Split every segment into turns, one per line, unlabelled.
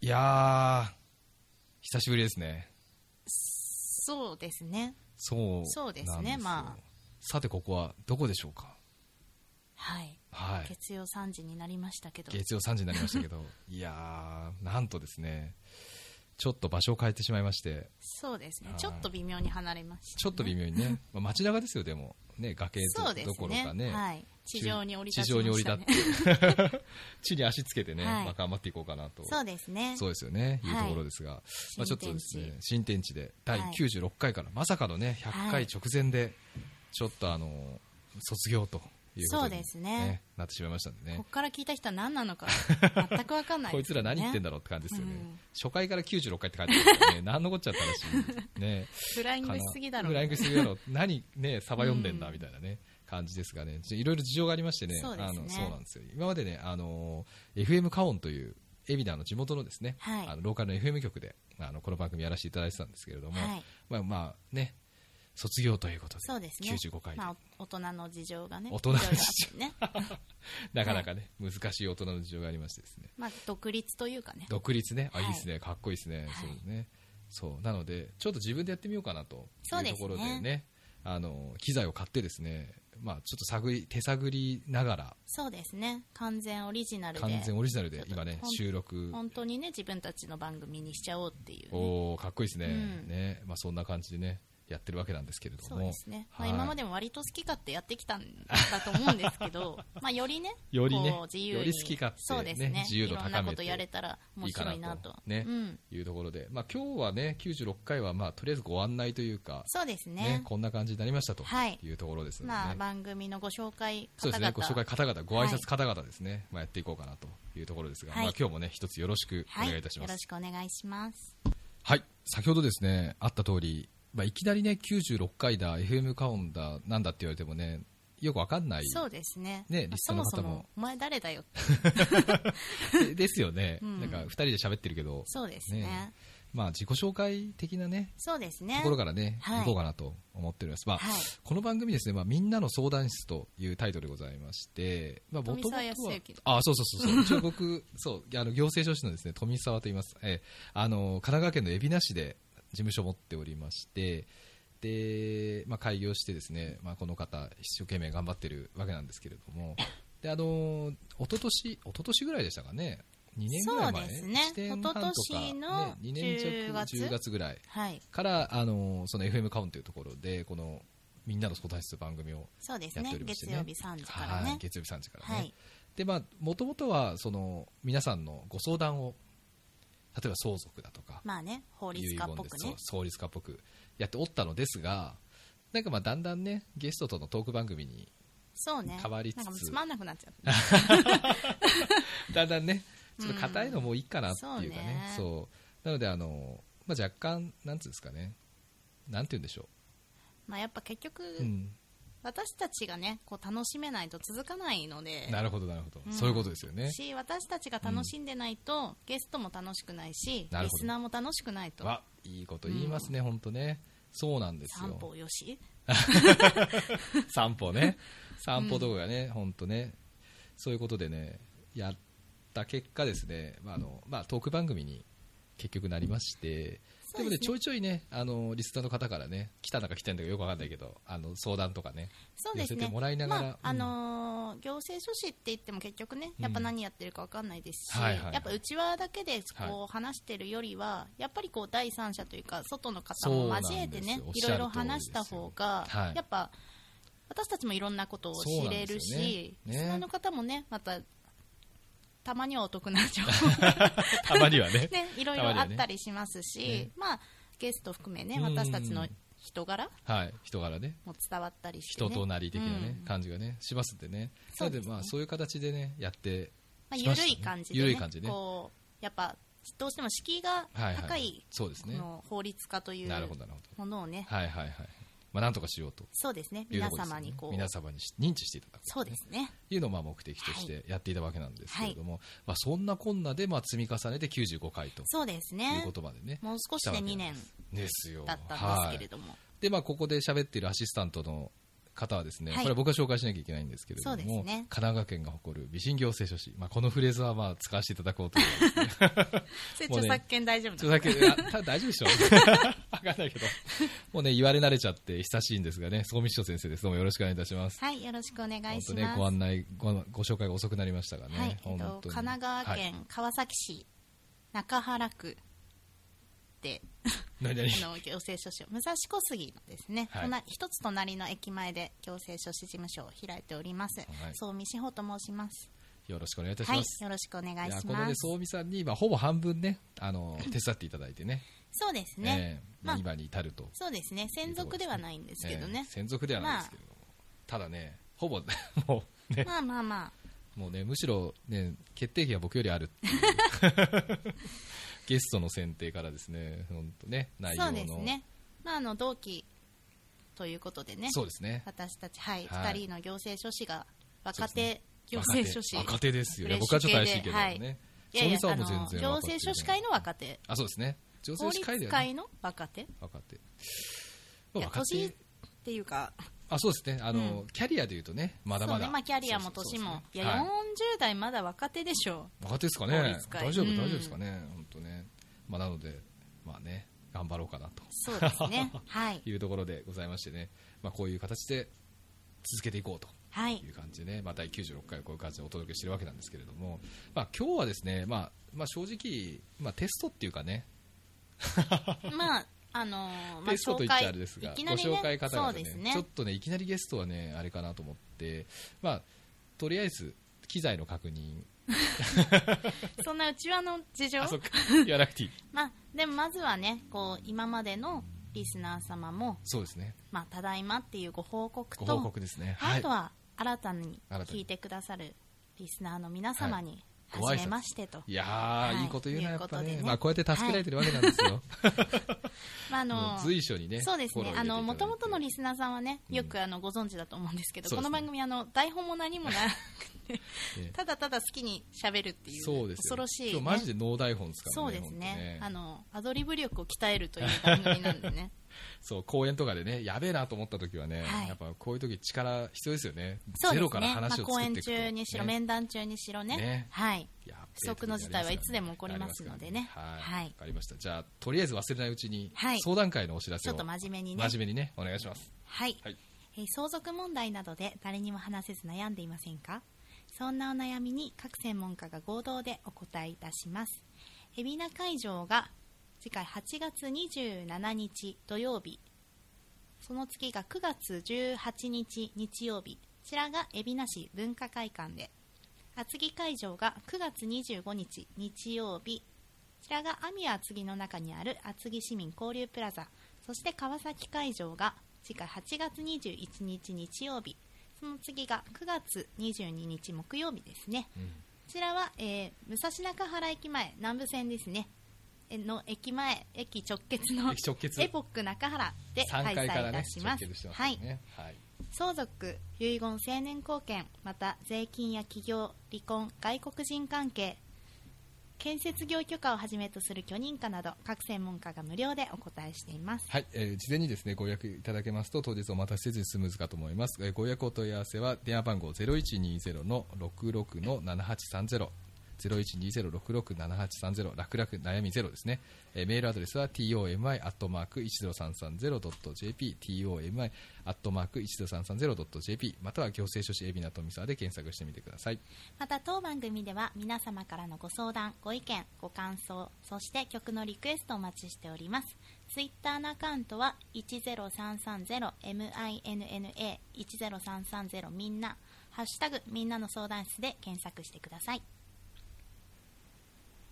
いやー、久しぶりですね。
そうですね。
そうなんよ。
そうですねまあ
さて、ここはどこでしょうか
はい。
はい。
月曜3時になりましたけど。
月曜3時になりましたけ ど、いやー、なんとですね、ちょっと場所を変えてしまいまして、
そうですね
は。い
ちょっと微妙に離れました、ね。
ちょっと微妙にね、まあ、街中ですよ、でも。ね、崖
そうです
どころかね。
ね。はい。地上に降り立
地
ちま
上に降り
し
立
た
っ
ね。
て、地に足つけてね、
はい
まあ、頑張っていこうかなと。
そうですね。
そうですよね、い、
はいう
ところですが、まあ、ちょっとですね新天地で第
はい
96回から、まさかのね100
は
回
い
直前で、ちょっとあの卒業ということ
そ
に、
うですね
なってしまいましたんで
こ
ね
っ。から聞いた人は何なの か全く分かんない、
こいつら何言ってんだ
だ
ろうって感じですよね、
うん
初回から96回って書いてあるからね、 何のこっちゃったらしい、ね、
フライングしすぎだろ
フライング
し
しすぎだろ何ねサバ読んでんだ
うん
みたいなね、感じですがねちょいろいろ事情がありましてね
そうですね
あのそうなんですよ今までねあの FM カオンという海老名の地元のですね、
はい
あのローカルの FM 局であのこの番組やらせていただいてたんですけれども、
はい
まあまあね卒業ということで
そうですね
95回で、
まあ、お大人の事情がね
大人の事情
いろいろあってね
なかなかね、難しい大人の事情がありましてですね
まあ独立というかね
独立ねあ、、
はいい
いですねかっこいいですね、
はい
そうですねそうなのでちょっと自分でやってみようかなと
そう
い
で
う
す
と
ね
ころでねあの機材を買ってですねまあちょっと探り手探りながら
そうですね完全オリジナルで
完全オリジナルで
ちょっと
今ね
ほん
収録
本当にね自分たちの番組にしちゃおうっていうね、
おーかっこいいですね,、
うん
ねまあ、そんな感じでねやってるわけなんですけれども
そうですね、まあ、
はい
今までも割と好き勝手やってきたんだと思うんですけ どまあよりね
よりね
こう自由に
より好き勝手
そうですね
自由度高めて
いろんなことやれたら面白いなと
いいかなとね
うん、
いうところで、まあ、今日はね96回はまあとりあえずご案内というか、
そうですね
ねこんな感じになりましたと
はい
いうところですので、ね
まあ、番組のご紹介
そうですね、ご紹介方々、ご挨
は
拶
い
方々ですね、まあ、やっていこうかなというところですが、
はい
まあ、今日もね、一つよろしくお
は
願
い、
い
よ
いたします。は
ろ
い、
しくお願いします。
先ほどですね、あった通り、まあ、いきなりね、96回だ、FM カウンだ、なんだって言われてもね、よくわかんない
そうですね。
ね
まあ
リス
そ
ナーの
も
方も
そもお前誰だよ って。
でですよね、
うん
なんか2人で喋ってるけど、
そうですね。
ねまあ、自己紹介的なね、
そうですね。
ところからね、
はい
いこうかなと思っております。まあ
はい。
この番組ですね、まあ、みんなの相談室というタイトルでございまして、まあ、
富澤康
は
之の、
あ、そうそう そうそう、一応僕、そう、あの行政書士のですね、富澤と言います。えーあの、神奈川県の海老名市で事務所を持っておりまして、で、まあ、開業してですね、まあ、この方、一生懸命頑張ってるわけなんですけれども、で、あの、一昨年一昨年ぐらいでしたかね、2年ぐらい前、
そうですね
1年半とか、
一昨年の
ね、2年弱
10月
10月ぐらい
はい。
から、あのその FM カウンというところで、このみんなの相談室番組を
そうです
やってお
ね。
りまして
月
ね、
曜日3時から
はい
ね。
月曜日3時からね。
はい。
で、まあ、もともとはその皆さんのご相談を、例えば相続だとか、
まあね、法律
遺
家
言
っぽ
で
く
そう
ね。
創立家っぽくやっておったのですが、なんかまあだんだんね、ゲストとのトーク番組 に、
そうね。
変わりつつ
なんかもうつまんなくなっちゃっ
だ
た。
んだんね、ちょっと硬いのもいいかなっていうかね、
うん
そうなのであの、まあ、若干、なんつうんですかね、なんて言うんでしょ
まあやっぱ結局、
う。うん
私たちがね、こう楽しめないと続かないので。
なるほど、なるほど、
うん
そういうことですよね。
し私たちが楽しんでないと、ゲストも楽しくないし
なる
リ
ほど
スナーも楽しくないと
わいいこと言いますね、本当ねそうなんです
三
よ
方よし
散歩 ね散歩とかがね、本当ねそういうことでねやった結果ですね、まああのまあ、トーク番組に結局なりまして
そ
で
う
も
で
ね
すね
ちょいちょいねあのリスナーの方からね来たんだか来てんだかよくわかんないけどあの相談とか ね
そうです
寄せ
ね
てもらいながら
まあ
う
あ
ん
のー行政書士って言っても結局ねやっぱ何やってるか分かんないですし、
はいはいはい
やっぱうちわだけでこう話してるよりは、やっぱりこう第三者というか外の方も交えてね
そうなんで
い
すよ
ろいろ話した方
お
が、
っしゃる通りですよはい
やっぱ私たちもいろんなことを
そうな
知
ん
れ
ですよ
る
ね
し、
ね
リスナーの方もねまたたまにはお得な情報
たまにはね
ね、いろいろあったりしますし、
ね
まあ、ゲスト含めね、
うん
私たちの人柄
はい人柄ね
も伝わったりして、
人
ね、
となり的な、ね
うん
感じがねしますんでね
そうで
な
すね
ので、まあ、そういう形でねやって
まあ、
しまし
緩
たね
い感じで、ね
緩い感じね
こうやっぱどうしても敷居が
はいはい、
高い
そうです
こ
ね
の法律家という
なるほどなるほど
ものをね、
はいはいはい、まあ、なんとかしようと
そうです
い
ね、
う
皆
ところですよ
様
ね
にこう、
皆様にし認知していただく
そうですね、
いうのをまあ目的としてやっていたわけなんですけれども、まあ、そんなこんなでまあ積み重ねて95回とい
そうです
う
ね
こ、とまでね。
もう少しで2年
ですよ
だったんですけれども、
はい、でまあここで喋っているアシスタントの方はですね、
は
こ
い
れは僕が紹介しなきゃいけないんですけれども、
そうですね
神奈川県が誇る美人行政書士、まあ、このフレーズはまあ使わせていただ こうというもうね
それ著作権大丈夫な
ちょ
の
っとだけ、あた大丈夫でしょ わかんないけど。もうね、言われ慣れちゃって親しいんですがね、総務秘書先生です。どうもよろしくお願いいたします。
はい、よろしくお願いし
本当
ま
ね、
す。
ご案内ご、ご紹介が遅くなりましたがね。
はい、えっ
本当
と
に
神奈川
はい
県川崎市中原区で、
何々
あの行政書士を武蔵小杉のですね、
はい
隣一つ隣の駅前で行政書士事務所を開いております。
はい
総見志保と申します。
よろしくお願いいたし
はい
ま、す。
よろしくお願
い
い
や
し
この
ま
ね、
す。
総美さんに、まあ、ほぼ半分ね、あの、手伝っていただいてね、
そうです
え
ね。
え
まあ
今に至ると。
そうですね。専属ではないんですけど
ええ
ね。
専属ではないですけど、ただね、ほぼ、 もうね、
まあまあまあ。
もうね、むしろ、ね、決定権は僕よりあるっていう ゲストの選定からですね、本当ね、内容の。
そうですね。まああの同期ということでね。
そうですね。
私たちはい、
はい
2人の行政書士が若
そうで
手行政書士。
若手ですよ。いや
フレッ
僕
シュ
はちょっと怪しいけど
系では
ね。
いやいや、
ソ
あ
ミさん
の
はもう全然
行
若手
政書士会の若手、
あ、そうですね。女
法
性士会で
律
はね
会の若手、い
若手。まあ
や
若
年っ
手。
ていうか、
あ、そうですね。あの、キャリアでいうとね、まだ
そ
ま
うね
だ。
まあ、キャリアも年も、
そうそうそう
いや、
はい
40代まだ若手でしょ
若手ですか
法
ね
律。会
大丈夫、
う
大
ん
丈夫ですかね。本当ね。まあ、なので、まあね、頑張ろうかなと。
う、そうですね、 はい、
いうところでございましてね、まあ、こういう形で続けていこうと
はい
い、う感じでね、まあ、第96回をこういう感じでお届けしてるわけなんですけれども、まあ、今日はですね、まあまあ、正直、まあ、テストっていうかね、
まあ、あのーまあ、
テストと言っちゃあれですが、
いき
ご
なりね、
紹介方
そ
々
う
で,、
で
ね
すね
ちょっ、とね、いきなりゲストはね、あれかなと思って、まあ、とりあえず、機材の確認、
そんなうちわの事情
あ、 そっか、言わなくていい、
まあ、でもまずはね、こう今までのリスナー様も、
そうですね、
まあ、ただいまっていうご報告と、
ご報告ですね、は
あ
い
と、は新たに
新たに
聞いてくださるリスナーの皆様に、
は
はいじめましてと、
いやー、
はい
い、いこと言うな、やっぱ
いうこと
ね
で、ね
まあ、こうやって助けられてるわけなんです よ、
まあ、
も
あ
う
の
随所にね、
そうですね、あの
も
元
とも
々
と
のリスナーさんはね、
うん
よくあのご存知だと思うんですけど、
そうで
こ
すね
の番組あの、台本も 何もなく
ええ
て、ただただ好きに喋るってい
そう
う、
ですよ
恐ろしい、
今日マ
ね
ジで脳台本ですからね
そうです
本当
ねあの、アドリブ力を鍛えるという番組なんでね、
そう公演とかでねやべえなと思った時はね、
はい
やっぱこういう時力必要ですよね
そう
ゼ
で
ロ
す
から
ね、ま
話
あ、
を
公
作っ
演
ていくと
中にしろ、面談中にしろね、
ね
はい、
やっべえ
不測の事態はいつでも起こりますのでね
ありますから
は
はい
い
わかりましたじゃあとりあえず忘れないうちに、
はい
相談会のお知らせ
ち
を
ょっと真面目にね。
真面目にねお願いします
はい、
はい
えー相続問題などで誰にも話せず悩んでいませんかそんなお悩みに各専門家が合同でお答えいたします海老名会場が次回8月27日土曜日その次が9月18日日曜日こちらが海老名市文化会館で厚木会場が9月25日日曜日こちらがアミア厚木の中にある厚木市民交流プラザそして川崎会場が次回8月21日日曜日その次が9月22日木曜日ですね
うん
こちらは、えー武蔵中原駅前南部線ですねえの駅前駅直結の
駅直結
エポック中原で
3
開
回から
催いた
ね
します,、
直結してますか
は
ら
い、
ねはい、
相続遺言成年後見また税金や企業離婚外国人関係建設業許可をはじめとする許認可など各専門家が無料でお答えしています
はいえー事前にですねご予約いただけますと当日お待たせせずに済むかと思います、えーご予約お問い合わせは電話番号0120の66の7830 0120-66-7830楽々悩みゼロですね、えーメールアドレスは tomi.10330.jp tomi.10330.jp または行政書士海老名富沢で検索してみてください
また当番組では皆様からのご相談ご意見ご感想そして曲のリクエストをお待ちしておりますツイッターのアカウントは 10330minna10330 みんなハッシュタグみんなの相談室で検索してください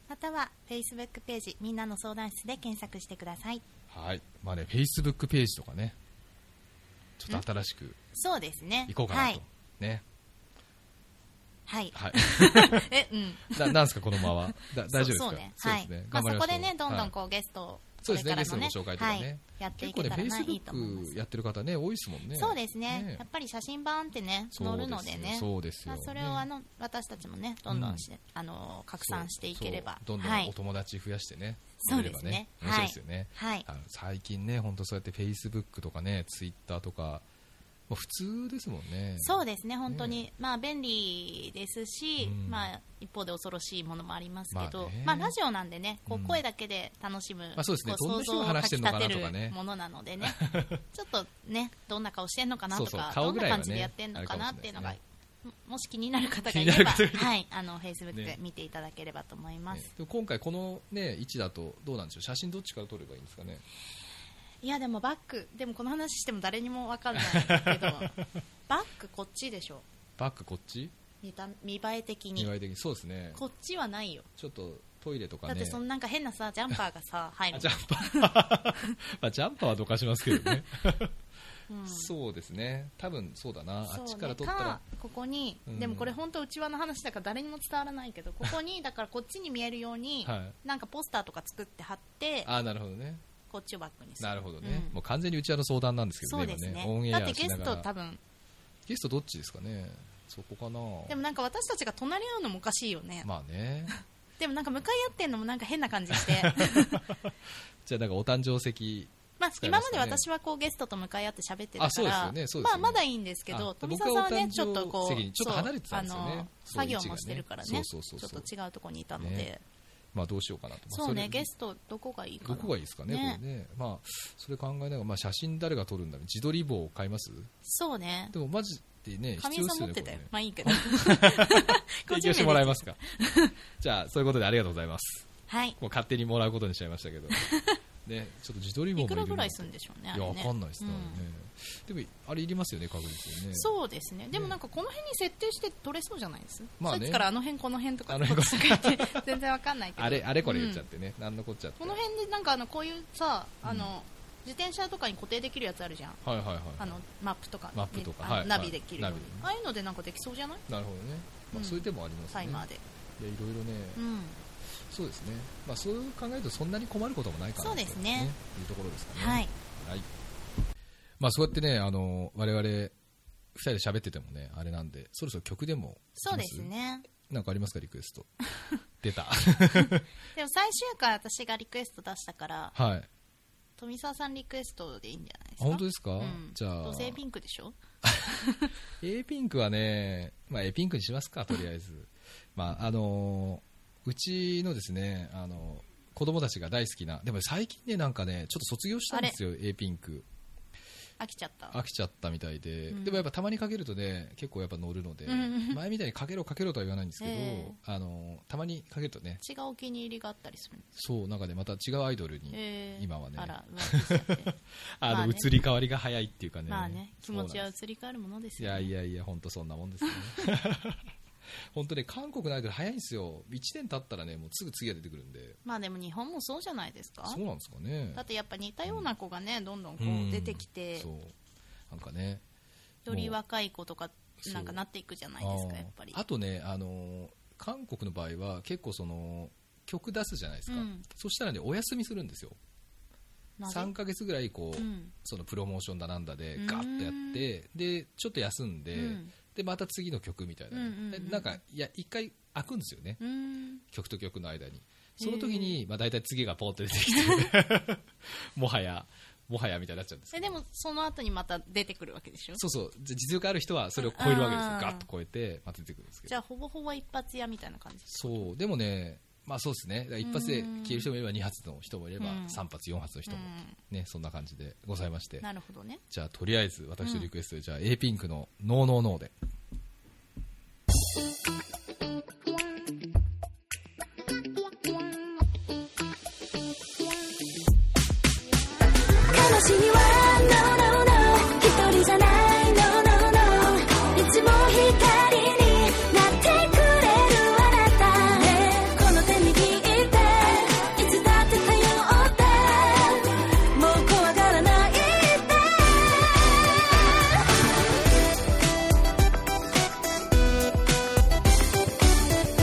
または Facebook ページみんなの相談室で検索してください
はいまあね Facebook ページとかねちょっと新しく
そうですね
いこうかなと、
はい、
ね
はい、
はい
えうん
ななんですかこの間はだ大丈夫ですか
そうそうねはいまあそこでねどんどんこう、ゲストをこ
そう
れ
です
か
ね
ら
ゲストのご紹
のね
介とか
は
ね
いやってい
結構
け
ねフ
た
ェイ
らな
スブ
いいと思いま
ッ
す
クやってる方ね多いですもんね
そうですねやっ
っ
ぱり写真版ってね載るのでね
そうですよ
まあ、
うですよ
それをあの私たちもねどんどんし、あの拡散していければ
どんど
は
んお
い、
友達増やしてね
そう
見れ
で
ば
すね
面白いですよね
はい
あの最近ね本当そうやってフェイスブックとかねツイッターとかま構普通ですもんね。
そうですね、本当に、まあ、便利ですし、
うん
まあ、一方で恐ろしいものもありますけ
ま
ど
あね、
まあラジオなんでね、こ
うん
う声だけで楽しむ、
まあそうですね
こ
どんな人が話してんのかなとかね
想像をかき立てるものなの でね、ちょっとね、どんな顔してんのかなと
そうそう
か、
顔
どん
ぐら
ない
はね
感じでやってんのかなっていうの
あ
が
るかもしれないで、
ももし気になる方がい
気に
れば、
なる方が
はい、あの、Facebook で
ね
見ていただければと思いま
ね
す。
でも今回このね位置だとどうなんでしょう。写真どっちから撮ればいいんですかね。
いや、でもバック、でもこの話しても誰にもわかんない けど、バックこっちでしょ、
バックこっち？
見た見栄え的
見
に。
栄え的にそうですね。
こっちはないよ。
ちょっとトイレとか
だっ
ね。
てそのなんか変なさジャンパーがさ入
あ
る
ジャンパ ー まあジャンパーはどかしますけどね。
うん
そうですね。多分そうだな。あ
そう
っ
ね
ちから撮ったら
かここに、
うん
でもこれ本当うちわの話だから誰にも伝わらないけどここにだからこっちに見えるように、
は
なんかポスターとか作って貼って
ああなるほどね。
こっちをバックにする
なるほどね。
うん
もう完全にうちらの相談なんですけど
そう
ね。
ですね
今ねオンエ
だっ
ア
て
し
ゲ
な
ス
がら。
ト多分
ゲストどっちですかね。そこかな。
でもなんか私たちが隣り合うのもおかしいよね、
まあね。
でもなんか向かい合ってんのもなんか変な感じして
じゃあなんかお誕生石。
まあ
使いま
今
し
ま
たね
で私はこうゲストと向かい合って喋って
あ
た
そ
か
うですよ
ら
ねそうですよ
まあ
ね
までいいんですけ
あ
ど富
僕は
澤さんはね
お誕生
ちょっとこ
席に
う
ちょっと離れてたんですよね
そうあの
そう
作業
位置が
も
ね
してるから
そ
ね
う
ち
そ
ょ
うそうそう
っと違うとこにいたの
ね
で。
まあどうしようかなと。まあ
そうね、
れ
ゲストどこがいいか
ど
な
こがいいですかね
ね
これね。まあそれ考えながらまあ写真誰が撮るんだろう。自撮り棒を買います。
そうね
でもマジでね
神
必要で
井さん
すよ
持っ
ね。
て
こ
た
れ
よ
ね
まあいい けど個
提
人名
供
で
してもらえますかじゃあそういうことでありがとうございます
はい
もう勝手にもらうことにしちゃいましたけ どねちょっと自撮り棒も
い
い
く
るの
らぐらいするんでしょうねあ
いや
れ
わ
ね
かんないですね、
うん
あれねでもあれいりますよね確率よね
そうですねでもなんかこの辺に設定して取れそうじゃないです
まあね
さっきからあの辺この辺とか
あの
こっ
辺
ちとか言って全然わかんないけど
あれあれこれ言っちゃっ
うん
てね、なん、何のこっちゃって
この辺でなんかあのこういうさ
うん
あの自転車とかに固定できるやつあるじゃん
はいはいはい
あのマップとか
マップとか
あの
はい
ナビできるように
はいナビでね
ああいうのでなんかできそうじゃない
なるほどね、ま
う
あ、
ん
そういう手もありますね
タイマーで
いやいろいろね、
うん
そうですね、まあ、そう考えるとそんなに困ることもないかな
そうですね
というところですかね
はい
はいまあそうやってねあの我々二人で喋っててもねあれなんでそろそろ曲でもいきます
そうですね
なんかありますかリクエス ト出た
でも最終回私がリクエスト出したから
はい
富澤さんリクエストでいいんじゃないですか
本当ですか、
うん、
じゃあ
土星ピンクでしょ
A ピンクはね、まあ、A ピンクにしますかとりあえずまああのーうちのですねあのー子供たちが大好きなでも最近ねなんかねちょっと卒業したんですよ A ピンク
飽きちゃった
飽きちゃったみたいで、
うん
でもやっぱたまにかけるとね結構やっぱ乗るので、
うん
前みたいにかけろかけろとは言わないんですけど、
ええ
あのーたまにかけるとね
違うお気に入りがあったりするんです
そうなんかねまた違うアイドルに、
えー
今はね
あら浮気しちゃって
あの
まあね
移り変わりが早いっていうかね
まあね気
そうなん
持
です
ちは移り変わるものです
い
よ、
や
ね、
いやいや、本当そんなもんですよ ね。本当ね、韓国のアイドル早いんですよ。1年経ったらね、もうすぐ次が出てくるんで。
まあでも日本もそうじゃないですか
そうなんですかね
だ。ってやっぱ似たような子がねどんどんこ
うん
う出てきて、
そう。なんかね。
より若い子とか
そう
なんかなっていくじゃないですか
あー
やっぱり
あとね、あのー、韓国の場合は結構その、曲出すじゃないですか。
うん
そしたらね、お休みするんですよ。
なぜ
3ヶ月ぐらい、こう、
うん
そのプロモーションだなんだで、ガッとやって、で、ちょっと休んで、
うん
で、また次の曲みたいな。
うんうんうん
でなんか、いや、一回開くんですよね。
うん
曲と曲の間に
へー
その時に、まあ、大体次がポンと出てきて もはやもはやみたいになっちゃうんですけ
え
ど
でもその後にまた出てくるわけでしょ
そうそうじ実力ある人はそれを超えるわけですよ
あー
ガッと超えて、まあ、出てくるんですけ
じ
ど
ゃあほぼほぼ一発屋みたいな感じ
そうでもねまあそうですねだから一発で消える人もいれば2発の人もいれば
うん
3発4発の人も、
う
ねそんな感じでございまして
んなるほどね
じゃあとりあえず私のリクエストで、じゃあ A ピンクの「ノーノーノーで
悲しみは No No No 一人じゃない No No No いつも光になってくれるあなたねえこの手握っていつだって頼ってもう怖がらないで「君の手を握って」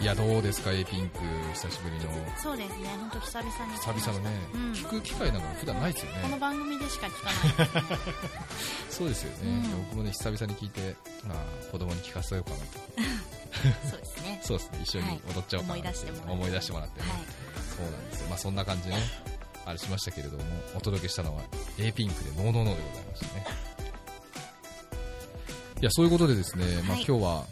いやどうですか A ピンク久しぶりの
そうですね本当久々に聞きました
久々のね、
うん
聞く機会なんか普段ないですよ
この
ね
番組でしか聞かないですね
そうですよね、
うん
僕もね久々に聞いてまあ子供に聞かせようかなと
そうで すね
そうですね一緒に踊っちゃおうかな
はい思い出してもらって
思い出してもらってね、
はい
そうなんですよまあそんな感じで ねあれしましたけれどもお届けしたのは A ピンクで「ノーノーノーでございましたねいやそういうことでですね、まあ
はい
今日は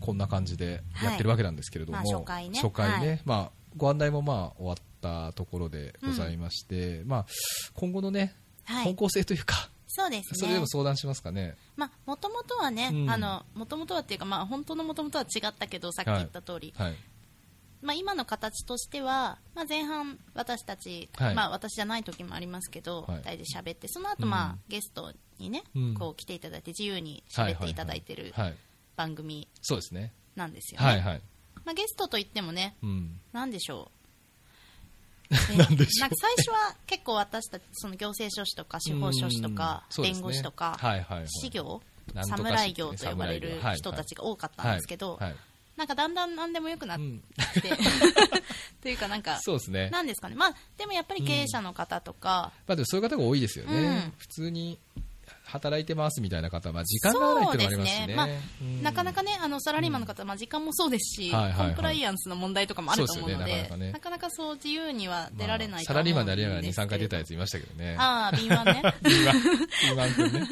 こんな感じでやってるわけなんですけれども、
はいまあ初回ね
ね
は
まあご案内もまあ終わったところでございまして、まあ今後のね、
は
方
い
向性というか、
そうですね
それでも相談しますかね
まあ、もともとはね、
うん
あの、もともとはっていうか、まあ、本当のもともとは違ったけど、さっき言った通り。
はい
まあ、今の形としては、まあ、前半、私たち、
はい
まあ、私じゃない時もありますけど、
はい
二人で喋って、その後、
うん
まあ、ゲストにね、
うん
こう来ていただいて、自由に喋っていただいてる
はいはいはい、
番組
そうですね
なんですよね。
はいはい、
まあ、ゲストといってもね、
うん、
なんでしょう。
なんでしょう
なんか最初は結構私たち、その行政書士とか司法書士とか
うん、そうです
弁
ね
護士とか、
はいはいはい
士業
なんとか士
侍業と呼ばれる
侍業はい
人たちが多かったんですけど、
はいはい
なんかだんだん何でもよく なっ
うん
てきて、というかなんか、
そうですね
なんですかね、まあ、でもやっぱり経営者の方とか、
まあ、でもそういう方が多いですよね、
うん
普通に働いてますみたいな方は、まあ、時間がないっていうのもありますしね
そうです
うん
なかなかね、あのサラリーマンの方は、まあ、時間もそうですし、
はいはいはい
コンプライアンスの問題とかもあると思う
そ
ので、
うですよねな
な
かなかね
かなかそう自由には出られない、
サラリーマンでありながら
2、
23回出た
り。
やついましたけどね
ああ、敏腕ね。
敏腕敏腕君 ね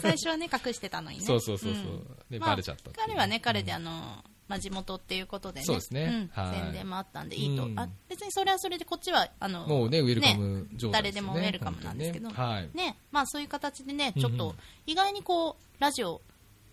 最初はね、隠してたのにね。
そうそうそうそうんで
まあ
バレちゃったっていう
彼はね、彼であの、まあ、地元っていうことでね。
そうですね
うん
はい
宣伝もあったんでいいと
う。ん
あ、別にそれはそれで、こっちは、あの、
もうねウェルカム状態
誰
す
で
よ
もウェルカムなんですけど。
本当にねはい
ね、まあそういう形でね、ちょっ
うんう
と
ん、
意外にこう、ラジオ、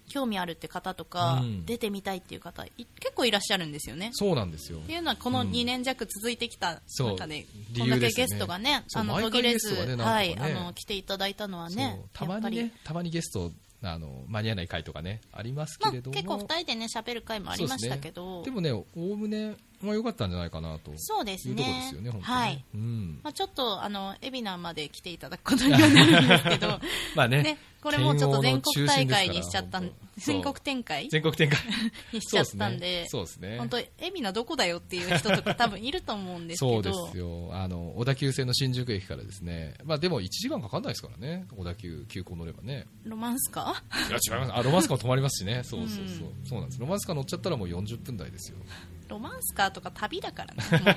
興味あるって方とか、
うん
出てみたいっていう方、い結構いらっしゃるんですよね。
そうなんですよ
っていうのはこの
うん
2年弱続いてきた
そう
中で、
理
こん
由
だ
で
け
すね
ゲストがね、
そう
あの
毎
途
回
切れず
ゲストがね、
は
なん
い、
とか
あ
ね
の来ていただいたのは
そ
ね
う、た
や
ま
っぱ
に
り
ねたまにゲストあの間に合わない回とかねあります
まあ、
けれども、
結構2人でね喋る回もありましたけど
でもねおおむねまあ良かったんじゃないかなと
そうです
いうところで
ね
すよね本当にね
はい、
うん
まあ、ちょっとあの海老名まで来ていただくことにはなるんですけど
まあ ね
ねこれもうちょっと全
剣
国
王の中心です
大
から
会にしちゃ ったん
そう
全国展開
全国展開
にしちゃったんで
そうですねそう
本当
ですね
海老名どこだよっていう人とか多分いると思うんです
そ
け
うで
ど
すよあの小田急線の新宿駅からですね、まあ、でも1時間かかんないですからね小田急急行乗ればね
ロマンスか
いや違いますあロマンスカーも止まりますしねそうそううんそう、そうなんですロマンスカー乗っちゃったらもう40分台ですよ
ロマンスかとか旅 だからねも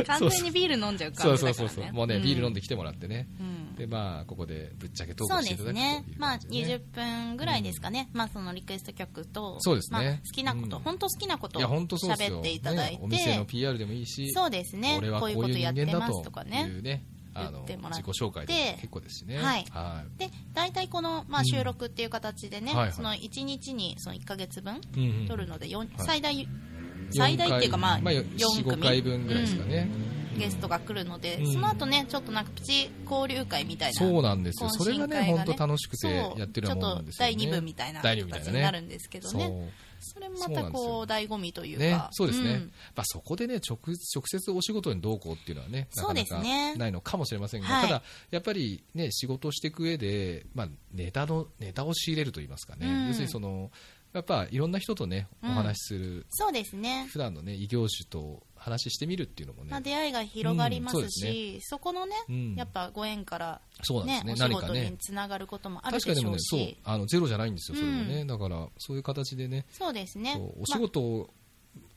う 完全にビール飲んじゃう
そう
感じ
そう
だか
そ
ら
うそう
ね
もうね、ビール飲ん
で、
できてもらってね
うん
でまあここでぶっちゃけトー
そう
クして
で
いただくと
すね
い、う
ま
感
あ、
じでね
20分ぐらいですかね、まあ、そのリクエスト曲と、
そうですね
まあ、好きなこと、
うん
本当好きなこと
い
を
や本当そうです
喋
よ、
っていただい
ね
て、
お店の PR でもいいし
そうですね
俺はこういう
こういうこと
人
やって
間だ
ます
と
とかね
いうねあ
言
の
ってもらっ
自己
て
紹介で結構ですしね
はい
はい
で大体この、まあ、収録っていう形でね、
うんはいはい
その1日にその1か月分
うんうん
取るので、よん
い
最大、
四
最大っていうか、まあ、
回よ
4
4、5
組
回分ぐらいですかね、
うんゲストが来るので、
うん
その後ね、ちょっとなんかプチ交流会みたいな、
そうなんですよ、そ
懇
れ
親
が
会
ね、本当楽しくてやってる
そ
も
うち
の
ょ
な
っ
ん
と
ですよ、ね、
第2部みたいな
第二部みたい
形
な
に
ね
なるんですけどね、
そう
それもま
そうな
た
んです
こ
よ
う醍醐味というか、
ね、そうですね、
ん
まあ、そこでね直、直接お仕事にどうこうっていうのはね、な
そ
か
う
な
です
か
ね
ないのかもしれませんが、
はい
ただ、やっぱりね、仕事をしていく上で、まあ、ネタの、ネタを仕入れると言いますかね、
うん
要するにその、やっぱいろんな人とね、お
うん
話しする、
そうですね、
普段のね、異業種と話してみるっていうのもね、
まあ、出会いが広がりま
うんそう
す
です
し、そこのね、
うん
やっぱご縁から、
そうなんで
ね
すね、
お仕
何か
事
ね
に。つながることもある
確か
で
に
し
で
ょ
も
う
ね、
し、
そうあのゼロじゃないんですよ、それもね、
うん
だからそういう形でね、
そうですね
そうお仕事を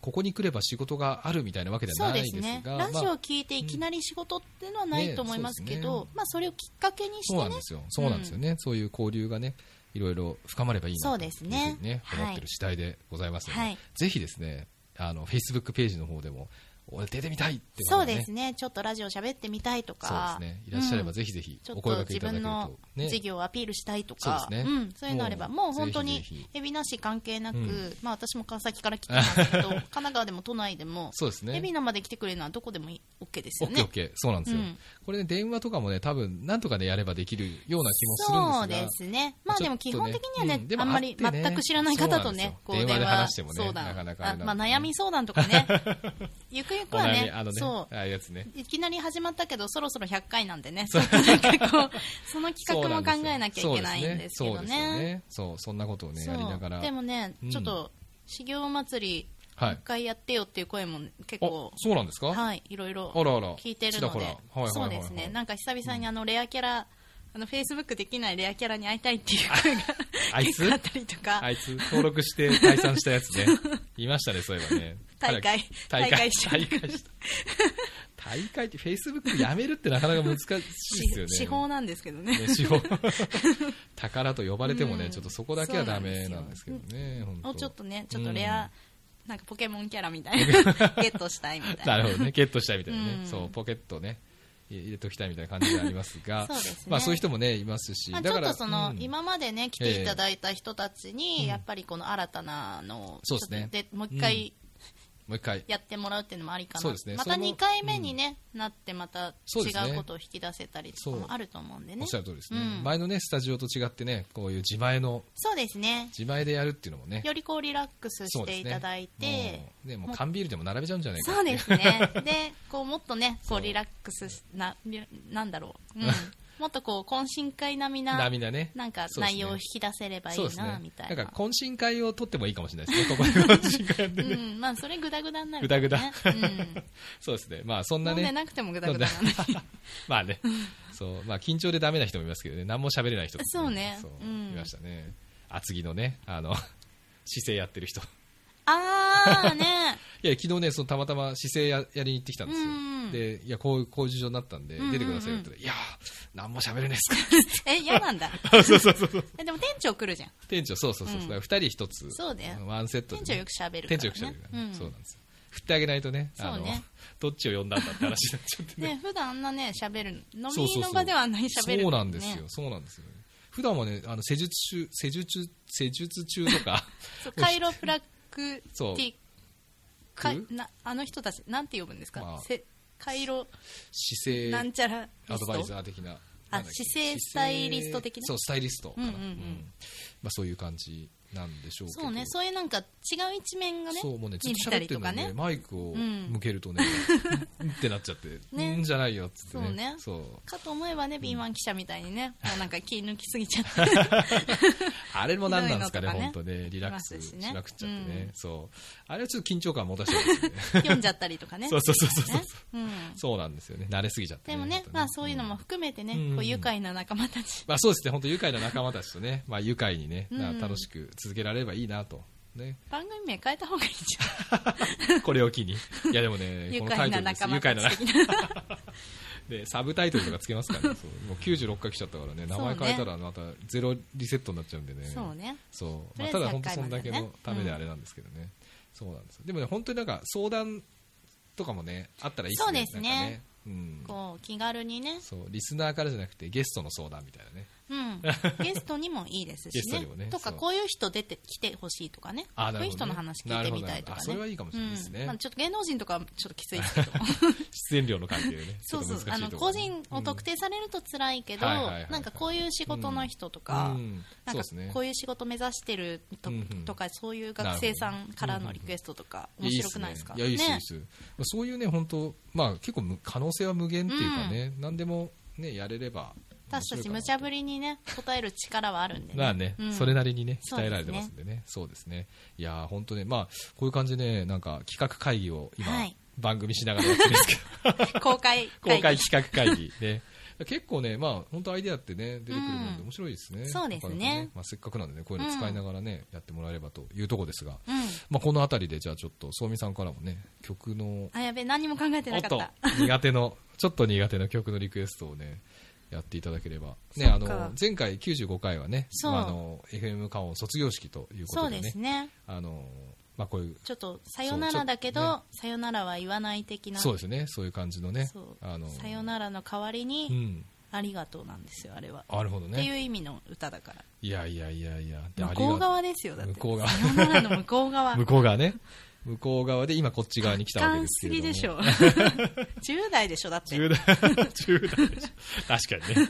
ここに来れば仕事があるみたいなわけで
まあ
は
そう
ない
で
ですすが、
ね、
まあ
ラジオを聞いていきなり仕事っていうのはないと思いますけ
ねそう
ど、
ですね
まあ、それをきっかけにして
そうなん
ね
で、すよ、そうなんですよね、そういう交流がね、いろいろ深まればいいな
そ
と
う
いう
で
ふ
す
うに
ね
ね、
はい
思ってる次第でございますので、
はい
ぜひですね、あのフェイスブックページの方でも、俺出てみたいって方
そ
が
うですね、ちょっとラジオ喋ってみたいとか、
そうですねいらっしゃれ
う
ば
ん
ぜひぜひ
ちょ
お
っ
声
と
掛けい
自
ただけ
分
る
の
と、ね、
事業をアピールしたいと
そ
か、
うですね
ん、そういうのあれば、
もう
もう本当
ぜ
に
ひぜ
海老名市関係なく、
うん
まあ、私も川崎から来てます けど、神奈川でも都内でも、
そうですね
海老名まで来てくれるのはどこでもいい OK です
オ
よ
ッケー
ね
オッ。ケー、そうなんですよ、
うん
これね、電話とかもね、多分なんとかね、やればできるような気もするんですが、
そうですね、まあ
ち
で
ょっ
も
とね
基本的にはね
うんで、も
あんまり
会ってね
全く知らない方とね、
そうなんですよ電話で話してもね
相談
なかなかあれなんでね
あまあ、悩み相談とかね、ゆくゆ く
お
は
悩み
ね
あのね、
そ
ああいうやつね。
う、いきなり始まったけど、そろそろ100回なんでね、ちょっとなんかこうその企
そう
画
な
も
んです
考
よ
えなきゃいけないんです
そ
けど
うですよ
ね。
ねそうそんなことをね
そ
やりなが
う
ら
でもね
うん、
ちょっと、修行祭り
は
一
い。
回やってよっていう声も結
あ
構、
そうなんですかい。
はい、いろいろ
あらあら。
聞いてる
ちら
の
ほら
で
はいはいはいは、い。
そうですね、なんか久々にあのレアキャラ、あのフェイスブックできないレアキャラに会いたいっていう声が
あいつ
結構あったりとか
あ、いつ、登録して解散したやつ ね。いましたね、そういえばね。
大会
大
大
会
会した
大会した。大会って、Facebook やめるってなかなか難しいですよね。
し司法なんですけどね。
ね司法 宝と呼ばれてもね、
うん
ちょっとそこだけはダメなんですけどね。本当
をちょっとね、ちょっとレ
うん
ア、なんかポケモンキャラみたいな、ゲットしたいみたい
な
な。
るほどね、ゲットしたいみたいなね、
うん
そう、ポケットね、入れておきたいみたいな感じがありますが、
そうですね
まあそういう人もね、いますし、
まあ、ち
だ
ょ
か
っ
ら、
とその、
うん
今までね来ていただいた人たちに、やっぱりこの新たなのを
そうですね
ちょっともう一回
もう一回、
やってもらうっていうのもありかな、
そうですね
また
その
2回目に、ねなってまた
そうです
違
ね
うことを引き出せたりとかもあると思うんで
お
ね
っしゃる通りですね、
うん
前のね、スタジオと違ってね、こういう自前の、
そうですね
自前でやるっていうのもね、
よりこうリラックス
そ
し
うで
て
す
い
ね
ただいて、
もうね、もう缶ビールでも並べちゃうんじゃないか
そうですね。 で、こうもっとね、
そ
こ
う
うリラックスしな、リなんだろう、うん、もっとこう懇親会並みな、
涙ね。
なんか
そうですね
内容を引き出せればい
そうで
い
す
な、
ね。
みたい
な
な。
んか懇親会を取ってもいいかもしれないです ね。ここで懇親会やって
う
ね。
ん、まあそれグダグダになる
ぐ
か
だ
ら
ぐ
ね。
だ
うん。。
そうですね。まあそんな
飲ん
ね
で。なくてもグダグダなんだ。
まあね、そう、まあ緊張でダメな人もいますけどね、何も喋れない人も、
そうね
そう
うん
いましたね。厚木のね、あの、姿勢やってる人。い
あーね。
や、昨日ね、そのたまたま姿勢ややりに行ってきたんですよ。
うん
で、いや、こういう、こういう事情になったんで
うんうんう、ん
出てくださいよって言ったら、いやー、何も喋れないです か
え、嫌なんだ。
ら。そうそうそうそう。
えでも店長来るじゃん。
店長、そうそうそう。
うん
だから二人一つ。
そうね
ワンセットで、
店長よく喋るから、ね。
店長よく喋るからね、
うん、
そうなんですよ。振ってあげないとね、あ
そ
の
うね、
どっちを呼んだんだって話になっちゃってね。
ね、普段あんなね、喋る、飲
そうそう
み
そ
の
う
場ではあんなに喋る、ね。
そうなんですよ、。そうなんですよ。普段はね、あの施術中、施術中、施術中と か、
そうカイロプラック
そう
ティか
く
なあの人たちなんて呼ぶんですか、
まあ
せカイロ
姿
なん
勢
ちゃらリ
アドバイ
ス
ザ
ト
ー的な。
あ
なんだっけ
姿勢スタイリスト的な
そう、スタイリストかな。
うんうんうん
まあそういう感じなんでしょうけど。
そうねそういうなんか違う一面がね
そうもうね、ずっ
見れ
と
た
喋っ
り
てる
と
の
か
にね、
ね
マイクを
うん
向けるとね、うんってなっちゃって、
ね
うんじゃないよっつってね。
そうね
そう
かと思えばね敏腕記者みたいに ね、もうなんか気抜きすぎちゃって
あれも何なんですかね、
ひどいの
本
と
当
かね
ね、リラックス
います
し
しね
なくっちゃって
う
ね
ん。
そう。あれはちょっと緊張感持たせてますね。
読んじゃったりとかね
そうそうそうそうそう。
ねうん
そうなんですよね。慣れすぎちゃって、
でもね
本、当
まあそういうのも含めてね、
うん
こう愉快な仲間たち、
まあそうですね、本当愉快な仲間たちとね、まあ愉快にね、
うん
な楽しく続けられればいいなと。ね、
番組名変えた方がいいんじ
これを機に。いやでもね
ゃ、ん 愉
このタ
快
イト
な
ルです
仲間
愉快
た
な
ち
仲
的な
間で、サブタイトルとかつけますからね。そうもう96回来ちゃったからね、名前変えたらまたゼロリセットになっちゃうんでね。
そうね
そう。
と
まあ、
りあえず
ただ本当そん
100回
だ
まで
け
ね
のためであれなんですけどね。そうなんですよ。でもね、本当になんか相談とかもね、あったらいいですね。
そうですね
なんかね。うん。
こう気軽にね、
そう、リスナーからじゃなくてゲストの相談みたいなね。
うん、ゲストにもいいです
ゲ
し
ストに
ね
もね
とか
そう
こういう人出てきてほしいとかね
あ
こ
な
う
る
い
ほ
う
ど
人
ね
の話聞いてみたいとか、ね、
なるほどなるほどあそれはいいかもしれないですね
うんまあ、ちょっと芸能人とかはちょっときついですけ ど
出演料の関係でね。ち
そ
ょっ
う
と
そ
難しいと
う
こ
あ
ろ
の
ね
個人を特定されると辛いけど、
うんはいはいはいはい
なんかこういう仕事の人とか、
うん
なん
そう
か
ですね
こういう仕事目指してると,、
うんうん
とかそういう学生さんからのリクエストとか、面白くないですか
やいいっすねいやいいっすいいっすまあそういうね本当まあ結構む可能性は無限っていうかね、何でもねやれれば
私たち無
面白いかな
茶ぶりにね答える力はあるんでね
まあね、
うん
それなりにね
そう
鍛
ですね
えられてますんでねそうですねいやー本当ねまあこういう感じでねなんか企画会議を今、
はい
番組しながらやってるんですけど
公開会議
公開企画会議ね結構ね、まあ、本当アイデアってね、出てくるもんで
うん
面白いですね。
そうですね
なかなかまあ、せっかくなんでね、こういうの使いながらね、やってもらえればというところですが、
うん
まあ、このあたりで、じゃあちょっと、そうみさんからもね、曲の
あやべ何も考えて
お
な
っ
かっ
と
た
苦手のちょっと苦手な曲のリクエストをねやっていただければ、ね、
そっか
あの前回95回はね、
そう
まあ、あの FM 館を卒業式というこ
そ
と
う
で
で
ね
すね
あの、まあ、こういう
ちょっとさよならだけ
そうちょ
ど、さよならは言わない的な
そうですねそういう感じのね
そう
あの
さよならの代わり
う
に、
ん
ありがとうなんですよあれは、
なるほど
っていう
ね
意味の歌だから
いやいやいやいやで
向こう
あ
側ですよだって
りがとう向こう側
さよならの向こう側
向こう側ね向こう側で今こっち側に来たわけ
感
です
す
けれ
ぎ
ども
でしょ 10代でしょだって
10代 10代でしょ確かにね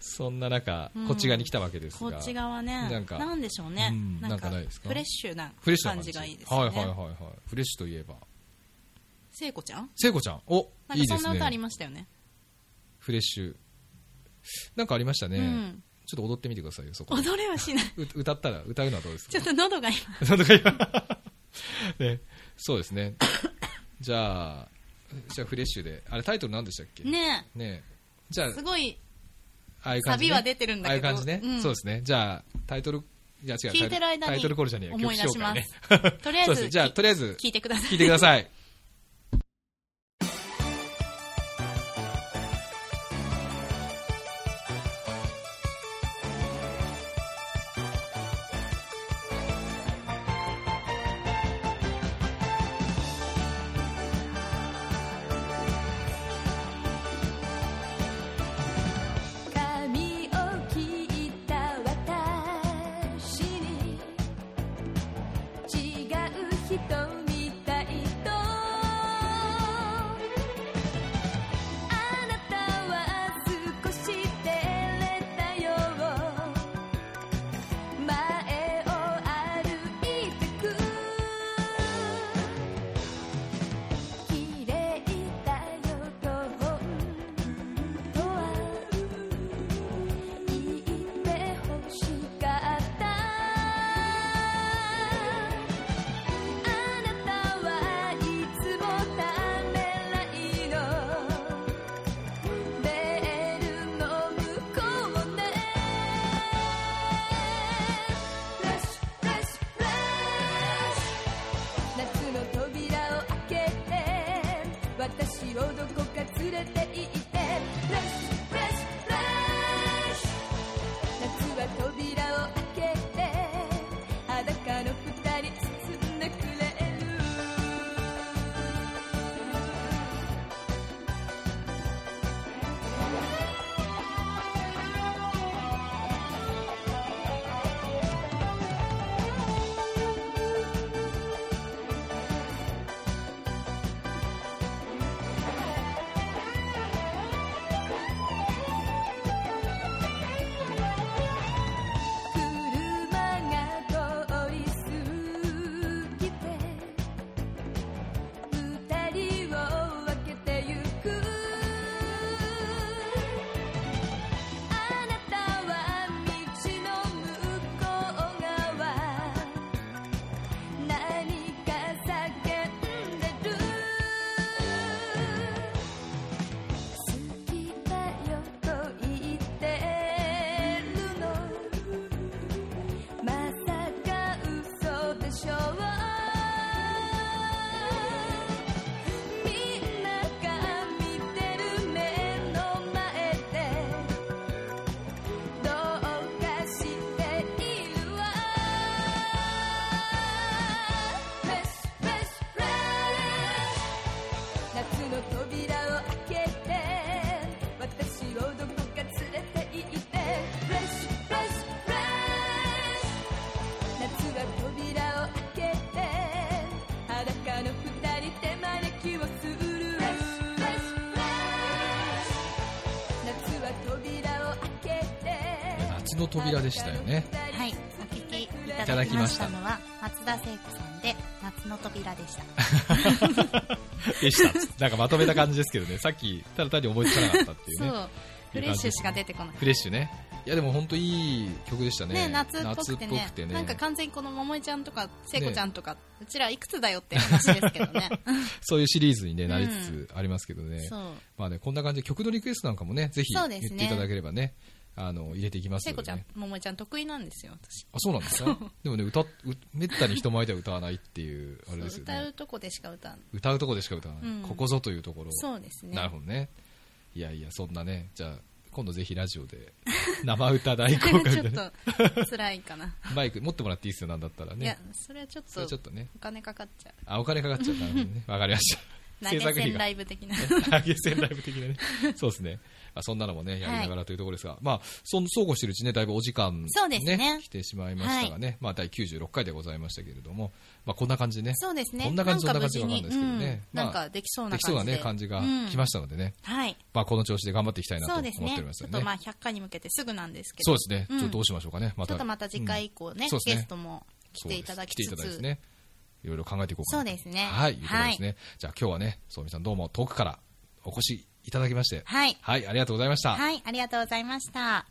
そんな中、
うん
こっち側に来たわけです
こ
が
っち側ね
な
なんん
か
でしょうね、
うん
なん
な
か
んかないですか
フレッシュな
フレッシュな
感じがいいですよ
はいはいはい
ね
はいフレッシュといえば
聖子ちゃん
聖子ちゃん、お
なん
いいで
かそん
す
な歌あり
ね。
ましたよね
フレッシュ。なんかありましたね。
うん
ちょっと踊ってみてくださいよ、そこで。
踊れはしない
う歌ったら、歌うのはどうです
ちょ
か
っと喉が
な
今
んとか今ね、そうです ね。じゃあ、じゃあフレッシュで。あれタイトル何でしたっけ
ね
ねじゃあ
え、すごい
ああいう感じ、ね。
サビは出てるんだけど
ああいう感じね。
うん
そうですね。じゃあ、タイトル、いや違う、
聞いてる間に
タイトルコールじゃねえや
思い出します
曲紹介ね
とりあえず
そうですねじゃあ、とりあえず、
聞いてください
聞いてください。
髪を切った私に違う人みたいとあなたは少し照れたよ前を歩いてく綺麗だよと本当は言って欲しかったあなたはいつもためらいのベールの向こうで Rush, rush, rush 夏の扉を開けて私をどこか連れて行って Rush, rush, rush 夏は扉を開けて裸の二人包んでくれる車が通り過ぎて二人を分けてゆくあなたは道の向こう側何か叫んでる好きだよと言ってるのまさか嘘でしょうみんなが見てる目の前でどうかしているわ Fresh, fresh, fresh 夏の扉を開けて私をどこか連れて行って Fresh, fresh, fresh 夏は扉を開けて裸の二人で招きをする Fresh, fresh, fresh 夏は扉を開けて
夏の扉でしたよね。
はい、お聞きい
いた
ただ
だ
き
き
ま
ま
し
したた
のは松田聖子さんで「夏の扉」で した
でした。なんかまとめた感じですけどね、さっき、ただ単に思いつかなかったっていう
そ
ね。
うフレッシュしか出てこない
フレッシュね。いや、でも本当いい曲でしたね。
ね夏っぽくてね
夏っぽくてね
なんか完全にこの桃井ちゃんとか聖子ちゃんとか、うちらいくつだよって話ですけ どね
そういうシリーズに、ね、なりつつありますけどね。
そう
まあね、こんな感じで曲のリクエストなんかもね、ぜひ
そ
言っ
うで
て
すね
いただければね、あの、入れていきます
聖
の
子
で、ね。
ちゃん桃井ちゃん得意なんですよ私
あ、そうなんですかでもね、歌っ、うめったに人前では歌わないっていう、あれですよ
歌う
ね。
とこでしか歌わない
歌うとこでしか歌わない。
うん
ここぞというところ。
そうですね
なるほどね。いやいや、そんなね、じゃあ、今度ぜひラジオで、生歌大公
ち
開
ょ
で、
っ
ね、
と辛い かな、
マイク持ってもらっていいですよ、なんだったら
いや
ね。
それはちょっ
それち
と
ょっとね。
お金かかっちゃ
あ、お金かかっちゃったのね。わかりました。
う 投げ銭ラ
が。
イブ的な
投げ銭ライブ的なね。そうですね。まあ、そんなのもね、やりながらというところですが、まあ、その、そうこうしてるうちね、だいぶお時間、
そうですね
来てしまいましたがね、まあ、第96回でございましたけれども、まあ、こんな感じでね、
そうですね
こんな感じ、
な
そ
ん
んな
か
感
無事
じ
に
わかんないですけどね。
うんなんかできそうな
できそうな
感じで
ね、感じが来ましたのでね、
はい
まあ、この調子で頑張っていきたいなと
そ
思
う
っ
で
て
す
おります
ねちょ
よ
っと
ね
ま。あ100回に向けてすぐなんですけど
そうですね。
うん
ちょっとどうしましょうかね、ま
ちょ
た。
っとまた次回以降ね、
うんそうです
ゲ
ね
ストも来ていただきつ
そうです来ていただい
つ、
てね、いろいろ考えていこうかなと
そうですね
はい、いうことですね。じゃあ今日はね、そうみさんどうも遠くからお越しいただきまして、
はい
ありがとうございました。
はい、ありがとうございました。